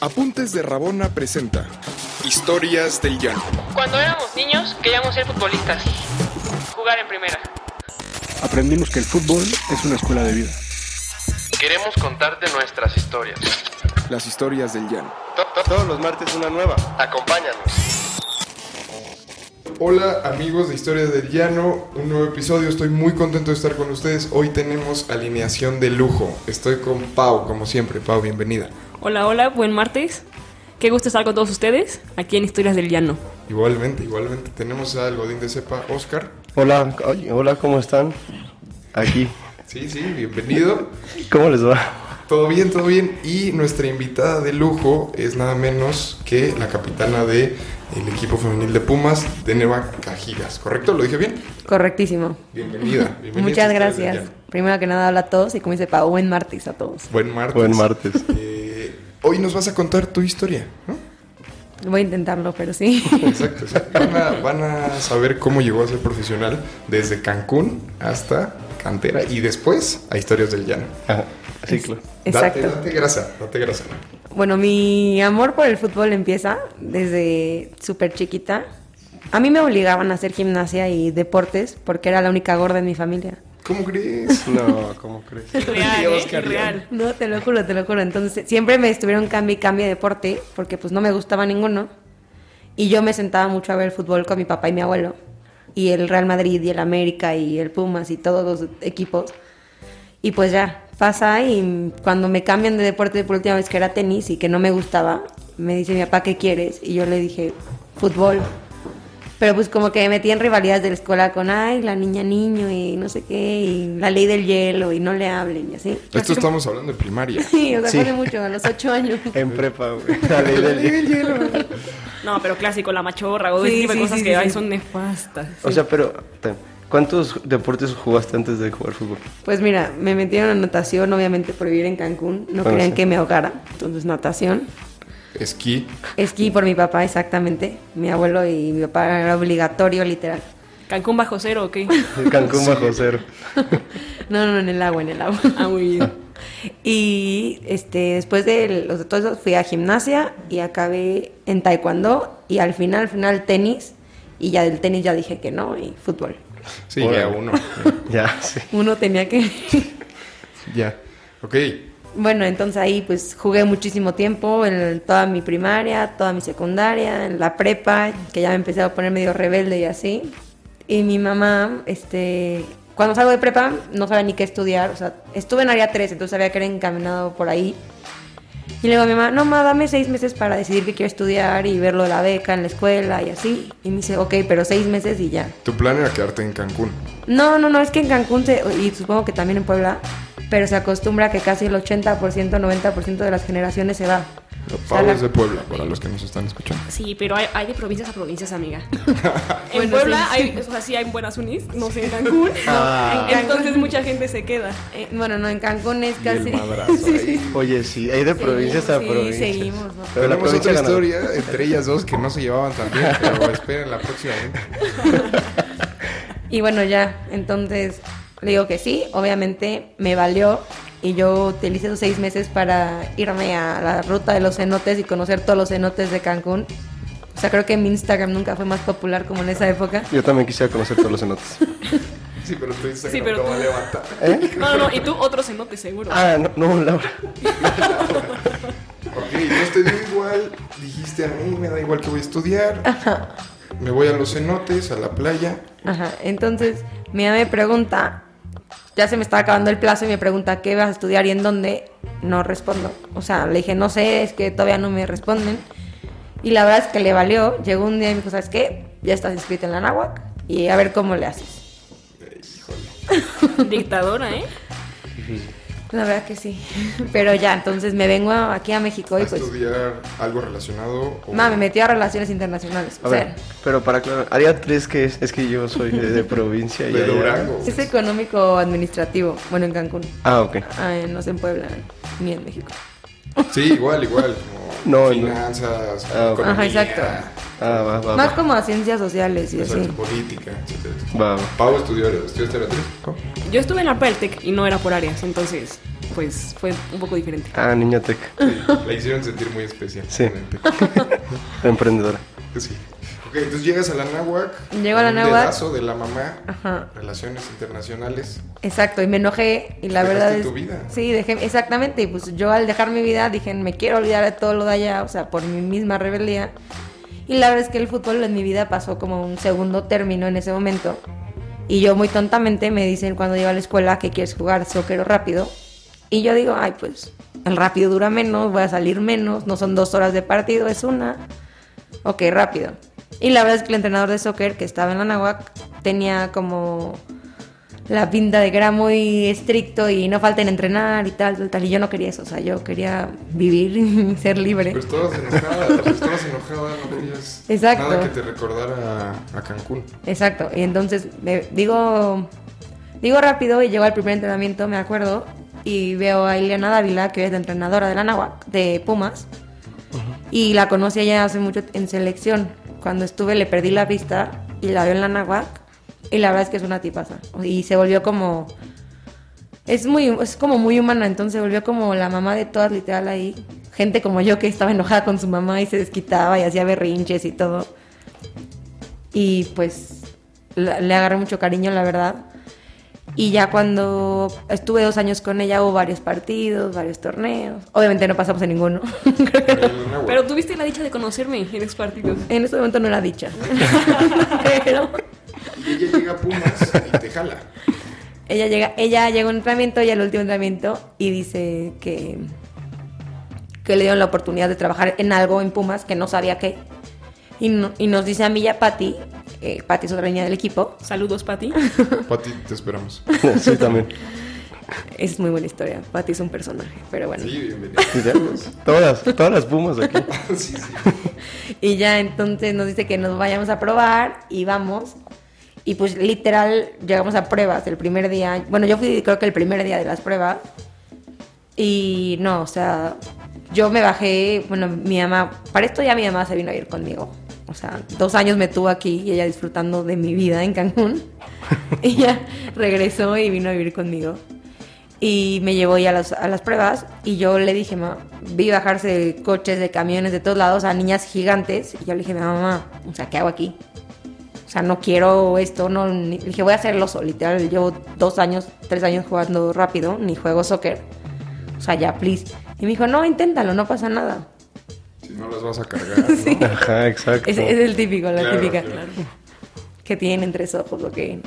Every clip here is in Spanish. Apuntes de Rabona presenta Historias del Llano. Cuando éramos niños queríamos ser futbolistas, jugar en primera. Aprendimos que el fútbol es una escuela de vida. Queremos contarte nuestras historias. Las historias del Llano. Todos los martes una nueva. Acompáñanos. Hola amigos de Historias del Llano, un nuevo episodio, estoy muy contento de estar con ustedes. Hoy tenemos alineación de lujo. Estoy con Pau, como siempre. Pau, bienvenida. Hola, hola, buen martes. Qué gusto estar con todos ustedes aquí en Historias del Llano. Igualmente, igualmente. Tenemos al Godín de Cepa, Oscar. Hola, oye, hola, ¿cómo están? Aquí. Sí, sí, bienvenido. ¿Cómo les va? Todo bien, todo bien. Y nuestra invitada de lujo es nada menos que la capitana de el equipo femenil de Pumas, Deneva Cajigas. ¿Correcto? ¿Lo dije bien? Correctísimo. Bienvenida. bienvenida Muchas a ustedes, gracias. Adriana. Primero que nada, hola a todos y como dice Pau, buen martes a todos. Buen martes. Buen martes. Eh, hoy nos vas a contar tu historia, ¿no? Voy a intentarlo, pero sí. Exacto. exacto. Van, a, van a saber cómo llegó a ser profesional desde Cancún hasta Cantera y después a Historias del Llano. Ajá, Ah, sí, claro. Exacto. Date, date grasa, date grasa. Bueno, mi amor por el fútbol empieza desde súper chiquita. A mí me obligaban a hacer gimnasia y deportes porque era la única gorda en mi familia. ¿Cómo crees? No, ¿cómo crees? Real, Dios, eh, Carla. real. No, te lo juro, te lo juro. Entonces, siempre me estuvieron cambio y cambio de deporte porque pues no me gustaba ninguno. Y yo me sentaba mucho a ver el fútbol con mi papá y mi abuelo. Y el Real Madrid y el América y el Pumas y todos los equipos. Y pues ya, pasa y cuando me cambian de deporte por última vez que era tenis y que no me gustaba, me dice mi papá, ¿qué quieres? Y yo le dije, fútbol. Pero pues como que me metí en rivalidades de la escuela con, ay, la niña niño y no sé qué, y la ley del hielo y no le hablen y así. Esto estamos hablando de primaria. Sí, o sea, Sí. fue de mucho, a los ocho años. En prepa, güey. La ley del- No, pero clásico, la machorra o Sí, ese tipo de sí, cosas sí, que sí, ay, sí. son nefastas. O sea, pero, te- ¿cuántos deportes jugaste antes de jugar fútbol? Pues mira, me metieron a natación, obviamente por vivir en Cancún, no Ah, querían sí. que me ahogara, entonces natación. Esquí. Esquí por mi papá, exactamente, mi abuelo y mi papá era obligatorio, literal. Cancún bajo cero, ¿ok? Cancún bajo cero. No, no, en el agua, en el agua. Ah, muy bien. Y este, después de los de todo eso fui a gimnasia y acabé en taekwondo y al final, al final tenis y ya del tenis ya dije que no y fútbol. Sí, ya Órale. uno. Ya, sí. Uno tenía que Ya. Ok. Bueno, entonces ahí pues jugué muchísimo tiempo en toda mi primaria, toda mi secundaria, en la prepa, que ya me empecé a poner medio rebelde y así. Y mi mamá, este, cuando salgo de prepa no sabía ni qué estudiar, o sea, estuve en área 3, entonces sabía que era encaminado por ahí. Y le digo a mi mamá, no, mamá, dame seis meses para decidir qué quiero estudiar y verlo de la beca en la escuela y así. Y me dice, ok, pero seis meses y ya. Tu plan era quedarte en Cancún. No, no, no, es que en Cancún se- y supongo que también en Puebla, pero se acostumbra que casi el 80%, 90% de las generaciones se va. O sea, Pau la- es de Puebla, para los que nos están escuchando. Sí, pero hay, hay de provincias a provincias, amiga. en Bueno, Puebla sí. hay, o sea, sí hay buenas unis, no sé, en Cancún. Ah. Entonces mucha gente se queda. eh, bueno, no, en Cancún es Y el casi... madrazo ahí. Oye, sí, hay de provincias a sí, provincias. seguimos, ¿no? Pero la Tenemos provincia otra ganadora. historia, entre ellas dos que no se llevaban tan bien, pero esperen la próximamente. Y bueno, ya, entonces le digo que sí, obviamente me valió y yo utilicé esos seis meses para irme a la ruta de los cenotes y conocer todos los cenotes de Cancún. O sea, creo que mi Instagram nunca fue más popular como en esa época. Yo también quisiera conocer todos los cenotes. Sí, pero tú dices Sí, pero no tú- va a levantar. ¿Eh? No, no, no, y tú otro cenote seguro. Ah, no, no, Laura. Ok, no te dio igual, dijiste a mí, me da igual que voy a estudiar. Me voy a los cenotes, a la playa. Ajá, entonces mi mamá me pregunta, ya se me está acabando el plazo y me pregunta qué vas a estudiar y en dónde, no respondo. O sea, le dije, no sé, es que todavía no me responden. Y la verdad es que le valió, llegó un día y me dijo, ¿sabes qué? Ya estás inscrita en la náhuac y a ver cómo le haces. Dictadora, ¿eh? La verdad que sí, pero ya, entonces me vengo aquí a México A y pues, estudiar algo relacionado. o- mamá, me metió a relaciones internacionales. A o ver, sea, pero para aclarar, área 3 que es, es que yo soy de, de provincia. y De allá- Durango. es económico administrativo, bueno, en Cancún, Ah, ok. Ah, no sé en Puebla ni en México. Sí, igual, igual. No, Como no. finanzas, Ah, ok. economía, Ajá, exacto. Ah, va, va. Más Va, como a ciencias sociales y exacto, así. política, etcétera, etcétera. va. va. Pau estudió, estudiaste la tres. Yo estuve en la Peltec y no era por áreas, entonces pues fue un poco diferente. Ah, Niña Tech. La hicieron sentir muy especial. Sí. realmente. La emprendedora. Sí. Ok, entonces llegas a la Nahuac. Llego a la un Anáhuac. dedazo de la mamá. Ajá. Relaciones internacionales. Exacto, y me enojé y la Dejaste verdad es... tu vida. Sí, dejé, exactamente, y pues yo al dejar mi vida dije, me quiero olvidar de todo lo de allá, o sea, por mi misma rebeldía. Y la verdad es que el fútbol en mi vida pasó como un segundo término en ese momento. Y yo muy tontamente me dicen cuando llego a la escuela que quieres jugar soccer o rápido. Y yo digo, ay, pues el rápido dura menos, voy a salir menos, no son dos horas de partido, es una. Ok, rápido. Y la verdad es que el entrenador de soccer que estaba en la Nahuac tenía como la pinta de que era muy estricto y no falta en entrenar y tal, tal, tal. Y yo no quería eso, o sea, yo quería vivir y ser libre. Pues todas enojadas, pues todas enojadas, no querías Exacto. nada que te recordara a, a Cancún. Exacto, y entonces me- digo, digo rápido y llego al primer entrenamiento, me acuerdo, y veo a Ileana Dávila, que es la entrenadora de la Nahuac, de Pumas, y la conocí ya hace mucho en selección. Cuando estuve le perdí la vista y la veo en la Nahuac, y la verdad es que es una tipaza, y se volvió como... Es, muy, es como muy humana, entonces se volvió como la mamá de todas, literal, ahí. Gente como yo que estaba enojada con su mamá y se desquitaba y hacía berrinches y todo y pues la- le agarré mucho cariño, la verdad. Y ya cuando estuve dos años con ella hubo varios partidos, varios torneos. Obviamente no pasamos en ninguno. Pero en la Nahuac. Pero tuviste la dicha de conocerme en esos partidos. en este momento no era dicha. Pero Y ella llega a Pumas y te jala. ella llega, ella llegó a un entrenamiento y al último entrenamiento y dice que, que le dieron la oportunidad de trabajar en algo en Pumas que no sabía qué. Y, no- y nos dice a mí y a Patti, eh, Patti es otra niña del equipo, Saludos, Pati. Pati, te esperamos. Sí, también. es muy buena historia, Patti es un personaje, pero bueno. Sí, bienvenida. Y ya, pues, Todas, todas las pumas aquí. Sí, sí. Y ya entonces nos dice que nos vayamos a probar y vamos. Y pues literal llegamos a pruebas el primer día. Bueno, yo fui creo que el primer día de las pruebas. Y no, o sea, yo me bajé, bueno, mi mamá, para esto ya mi mamá se vino a ir conmigo. O sea, dos años me tuvo aquí y ella disfrutando de mi vida en Cancún. ella regresó y vino a vivir conmigo. Y me llevó ya a las, a las pruebas y yo le dije, "Ma, vi bajarse de coches, de camiones, de todos lados a niñas gigantes. Y yo le dije, mamá, o sea, ¿qué hago aquí? O sea, no quiero esto, no. ni-". Le dije, voy a hacerlo solo, literal. Llevo dos años, tres años jugando rápido, ni juego soccer. O sea, ya, please. Y me dijo, no, inténtalo, no pasa nada. Si no las vas a cargar, ¿no? Ajá, exacto. Es, es el típico, la Claro, típica. claro. Que tienen tres ojos, lo que.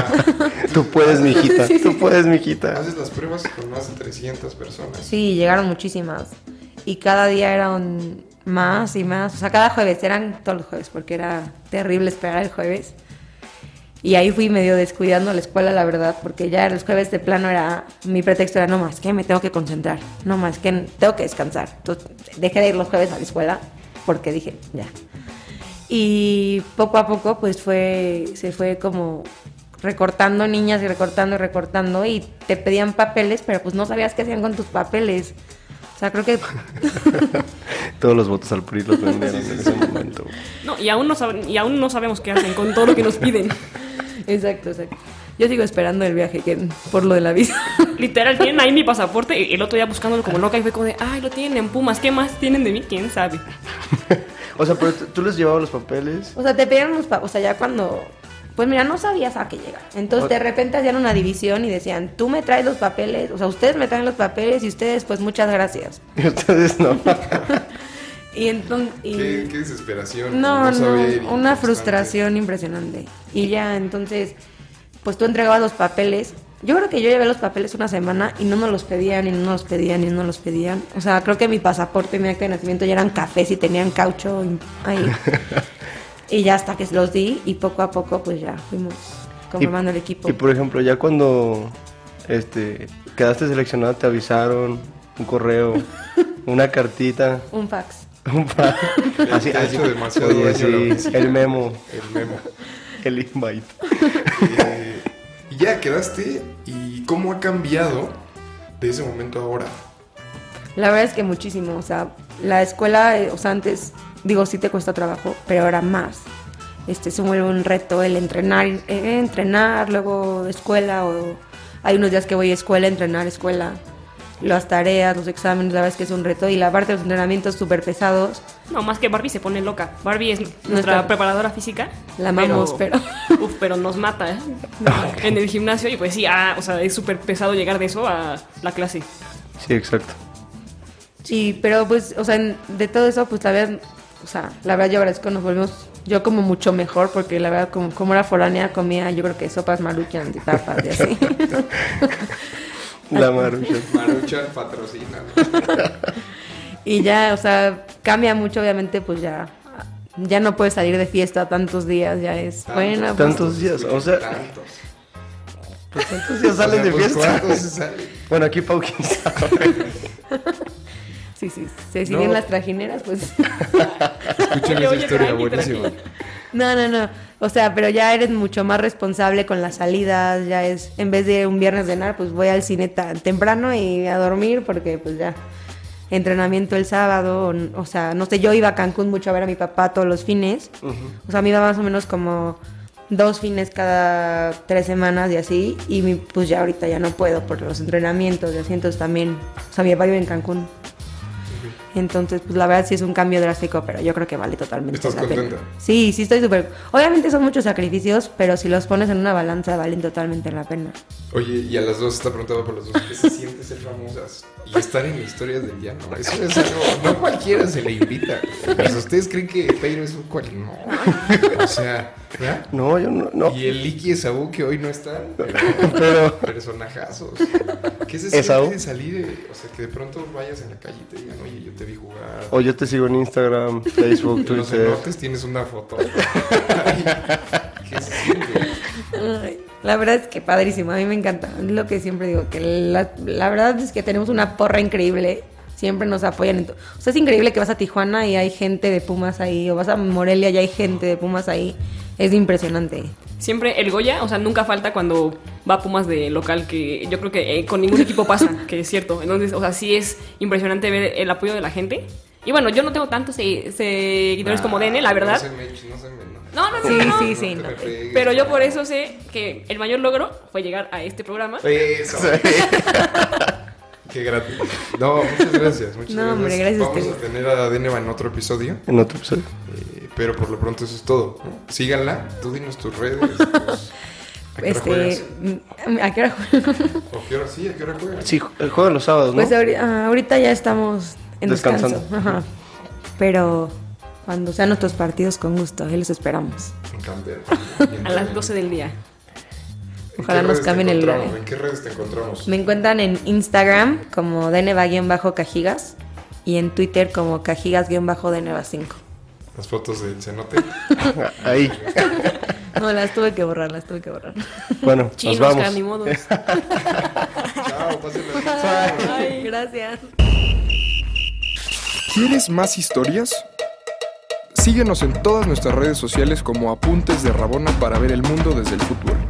Tú puedes, mijita. Tú puedes, mijita. Haces las pruebas con más de 300 personas. Sí, llegaron muchísimas. Y cada día eran más y más. O sea, cada jueves, eran todos los jueves, porque era terrible esperar el jueves. Y ahí fui medio descuidando la escuela, la verdad, porque ya los jueves de plano era, mi pretexto era, no más que me tengo que concentrar, no más que tengo que descansar. Entonces dejé de ir los jueves a la escuela, porque dije, ya. Y poco a poco, pues fue, se fue como recortando niñas y recortando y recortando, y te pedían papeles, pero pues no sabías qué hacían con tus papeles. O sea, creo que Todos los votos al PRI los vendieron en ese momento. No, y aún no, sab- y aún no sabemos qué hacen con todo lo que nos piden. Exacto, exacto. Yo sigo esperando el viaje que, por lo de la visa. Literal, tienen ahí mi pasaporte y el otro día buscándolo como loca y fue como de, ay, lo tienen en Pumas, ¿qué más tienen de mí? ¿Quién sabe? O sea, pero tú tú les llevabas los papeles. O sea, te pedían los pa- O sea, ya cuando. Pues mira, no sabías a qué llegar. Entonces de repente hacían una división y decían, tú me traes los papeles, o sea, ustedes me traen los papeles y ustedes, pues muchas gracias. Y ustedes no. Y entonces. y- Qué, qué desesperación. No, no, saber y "Pues, una constante. frustración impresionante. Y ya, entonces, pues tú entregabas los papeles. Yo creo que yo llevé los papeles una semana y no nos los pedían, y no nos los pedían, y no nos los pedían. O sea, creo que mi pasaporte y mi acta de nacimiento ya eran cafés y tenían caucho y- ahí. y ya hasta que los di, y poco a poco, pues ya fuimos conformando el equipo. Y por ejemplo, ya cuando este, quedaste seleccionada, te avisaron un correo, una cartita, Un fax. un pa- Te- te ha Este hecho demasiado Oye, daño la sí, música. el memo, El memo. el invite. Eh, y ya quedaste. ¿Y cómo ha cambiado de ese momento a ahora? La verdad es que muchísimo, o sea, la escuela, eh, o sea, antes, digo, sí te cuesta trabajo, pero ahora más. Este se vuelve un reto el entrenar, eh, entrenar, luego escuela, o hay unos días que voy a escuela, entrenar, escuela. las tareas, los exámenes, la verdad es que es un reto. Y la parte de los entrenamientos súper pesados. No, más que Barbie se pone loca. Barbie es nuestra, Nuestra- preparadora física. La amamos, Uf, pero nos mata, ¿eh? En el gimnasio, y pues sí, ah, o sea, es súper pesado llegar de eso a la clase. Sí, exacto. Sí, pero pues, o sea, en- de todo eso, pues la verdad, o sea, la verdad yo agradezco, nos volvimos yo como mucho mejor, porque la verdad, como, como era foránea, comía yo creo que sopas maruchan de tapas y así. La marucha. Maruchan patrocina. y ya, o sea, cambia mucho, obviamente, pues ya, ya no puedes salir de fiesta tantos días, ya es, bueno, pues, Tantos días, o sea- Tantos. Pues tantos días O salen sea, de pues, fiesta. ¿cuántos se salen? Bueno, aquí Pau, quién sabe. sí, sí, se siguen No. las trajineras, pues... Escuchen Oye, esa oye, historia, tranqui, buenísimo. No, no, no. O sea, pero ya eres mucho más responsable con las salidas, ya es, en vez de un viernes cenar, pues voy al cine tan temprano y a dormir porque pues ya entrenamiento el sábado, o n- o sea, no sé, yo iba a Cancún mucho a ver a mi papá todos los fines, o sea, me iba más o menos como dos fines cada tres semanas y así, y mi- pues ya ahorita ya no puedo por los entrenamientos y así, entonces también, o sea, mi papá vive en Cancún. Entonces, pues la verdad sí es un cambio drástico, pero yo creo que vale totalmente. ¿Estás la pena. contenta? Sí, sí estoy súper... Obviamente son muchos sacrificios, pero si los pones en una balanza valen totalmente la pena. Oye, y a las dos está preguntado por las dos. ¿Qué se siente ser famosas? Y estar en historias del llano. Eso es algo. No cualquiera se le invita. Pues ustedes creen que Pedro es un cual. No. O sea, ¿ya? No, yo no. no. Y el Iki Esaú que hoy no está, pero Pero- personajazos. ¿Qué se Esaú. siente de salir? eh? O sea, que de pronto vayas en la calle y te digan, oye, yo te vi jugar. O yo te sigo en Instagram, Facebook, en los Twitter. enotes tienes una foto. Ay, ¿Qué se siente? Ay, La verdad es que padrísimo, a mí me encanta. Es lo que siempre digo, que la, la verdad es que tenemos una porra increíble. Siempre nos apoyan. en to- o sea, es increíble que vas a Tijuana y hay gente de Pumas ahí, o vas a Morelia y hay gente de Pumas ahí. Es impresionante. Siempre el Goya, o sea, nunca falta cuando va Pumas de local, que yo creo que eh, con ningún equipo pasa, que es cierto. Entonces, o sea, sí es impresionante ver el apoyo de la gente. Y bueno, yo no tengo tantos se- seguidores como DN, la No verdad. se me, no se me- no. No, no, no, Sí, no, sí, no. sí. No te no. me fregues. Pero yo por eso sé que el mayor logro fue llegar a este programa. Eso. Qué gratis. No, muchas gracias. Muchas No, hombre, gracias a Vamos a ustedes. tener a Deneva en otro episodio. En otro episodio. eh, pero por lo pronto eso es todo. ¿no? Síganla. Tú dinos tus redes. tus- ¿A qué hora Este, juegas? mm, ¿A qué hora juegas? ¿O qué hora sí? ¿A qué hora juegas? Sí, el juego de los sábados, ¿no? Pues ahori- ah, ahorita ya estamos en descanso. Descansando. Ajá. Pero cuando sean nuestros partidos, con gusto, ahí los esperamos. Encantado. A las 12 del día. ¿En Ojalá qué nos redes te cambien el encontramos? horario. ¿En qué redes te encontramos? Me encuentran en Instagram como deneva-cajigas y en Twitter como cajigas-deneva5. Las fotos del cenote. Ahí. No, las tuve que borrar, las tuve que borrar. Bueno, nos Chinos, vamos. Oscar, ni modo. Chao, pásenla bien. Gracias. ¿Quieres más historias? Síguenos en todas nuestras redes sociales como Apuntes de Rabona para ver el mundo desde el fútbol.